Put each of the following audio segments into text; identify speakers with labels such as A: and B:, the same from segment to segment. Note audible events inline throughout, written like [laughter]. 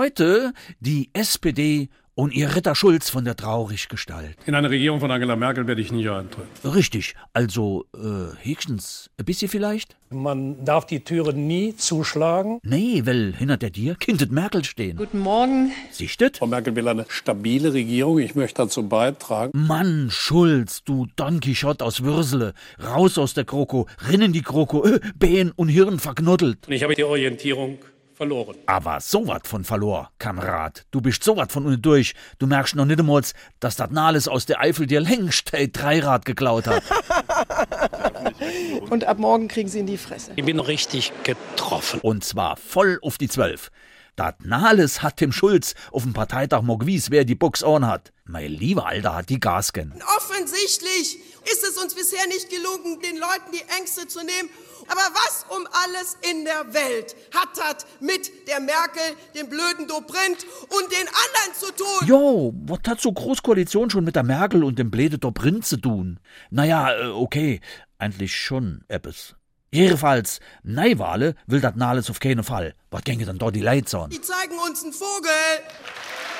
A: Heute die SPD und ihr Ritter Schulz von der Trauriggestalt.
B: In eine Regierung von Angela Merkel werde ich nie eintreten.
A: Richtig, also äh, Häkchens, ein bisschen vielleicht?
C: Man darf die Türe nie zuschlagen.
A: Nee, weil hinter der dir kindet Merkel stehen.
D: Guten Morgen.
A: Sichtet?
B: Frau Merkel will eine stabile Regierung. Ich möchte dazu beitragen.
A: Mann, Schulz, du Don Quixote aus Würsele. Raus aus der Kroko, rinnen die Kroko, äh, Behen und Hirn verknottelt.
B: Und ich habe die Orientierung verloren.
A: Aber so wat von verlor, Kamerad. Du bist so wat von unten durch. Du merkst noch nicht einmal, dass das Nahles aus der Eifel dir längst ein Dreirad geklaut hat.
D: Und ab morgen kriegen Sie in die Fresse.
E: Ich bin richtig getroffen.
A: Und zwar voll auf die Zwölf. Dat Nahles hat dem Schulz auf dem Parteitag mogwies, wer die Box on hat. Mein lieber Alter hat die Gasken.
F: Offensichtlich ist es uns bisher nicht gelungen, den Leuten die Ängste zu nehmen. Aber was um alles in der Welt hat das mit der Merkel, dem blöden Dobrindt und den anderen zu tun?
A: Jo, was hat so Großkoalition schon mit der Merkel und dem Blede Dobrindt zu tun? Naja, äh, okay, eigentlich schon, Eppes. Jedenfalls, Neiwale will dat Nahles auf keinen Fall. Was gänge denn dort die Leitzorn?
F: Die zeigen uns einen Vogel.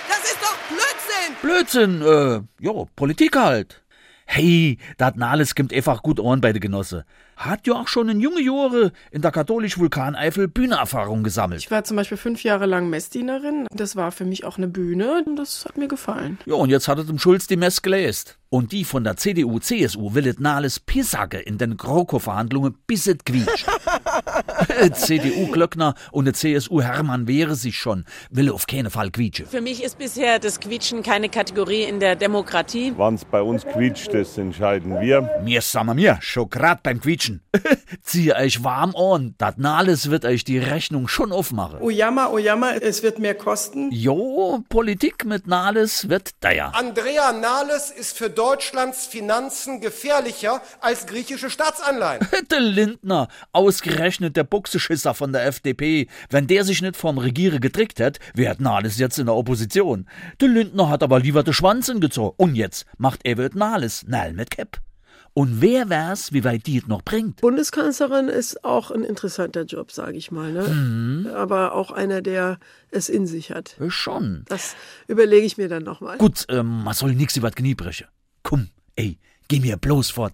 F: Das ist doch Blödsinn.
A: Blödsinn, äh, jo, Politik halt. Hey, dat Nahles kimmt einfach gut Ohren bei de Genosse. Hat ja auch schon in junge Jahre in der katholisch Vulkaneifel Bühnenerfahrung gesammelt.
D: Ich war zum Beispiel fünf Jahre lang Messdienerin. Das war für mich auch eine Bühne und das hat mir gefallen.
A: Ja, und jetzt hat es dem Schulz die Mess geläst. Und die von der CDU, CSU will et Nahles Pissacke in den GroKo-Verhandlungen bis et quietscht. [laughs] CDU-Glöckner und der CSU Hermann wehre sich schon, will auf keinen Fall quietsche.
G: Für mich ist bisher das Quietschen keine Kategorie in der Demokratie.
H: Wann es bei uns quietscht, das entscheiden wir.
A: Mir sagen wir mir, schon grad beim [laughs] Quietschen. Zieh euch warm an, dat Nahles wird euch die Rechnung schon aufmachen.
D: Oh jammer, oh jammer, es wird mehr kosten.
A: Jo, Politik mit Nahles wird teuer.
I: Andrea Nahles ist für Deutschlands Finanzen gefährlicher als griechische Staatsanleihen.
A: Der Lindner, ausgerechnet der Buchseschisser von der FDP, wenn der sich nicht vom Regiere getrickt hätte, wäre Nahles jetzt in der Opposition. Der Lindner hat aber lieber den Schwanz hingezogen. Und jetzt macht Evert Nahles, Nal mit Cap. Und wer wär's, wie weit die es noch bringt?
J: Bundeskanzlerin ist auch ein interessanter Job, sage ich mal. Ne?
D: Mhm.
J: Aber auch einer, der es in sich hat.
A: Äh, Schon.
J: Das überlege ich mir dann nochmal.
A: Gut, ähm, man soll nix über das Knie brechen. Komm, ey, geh mir bloß fort.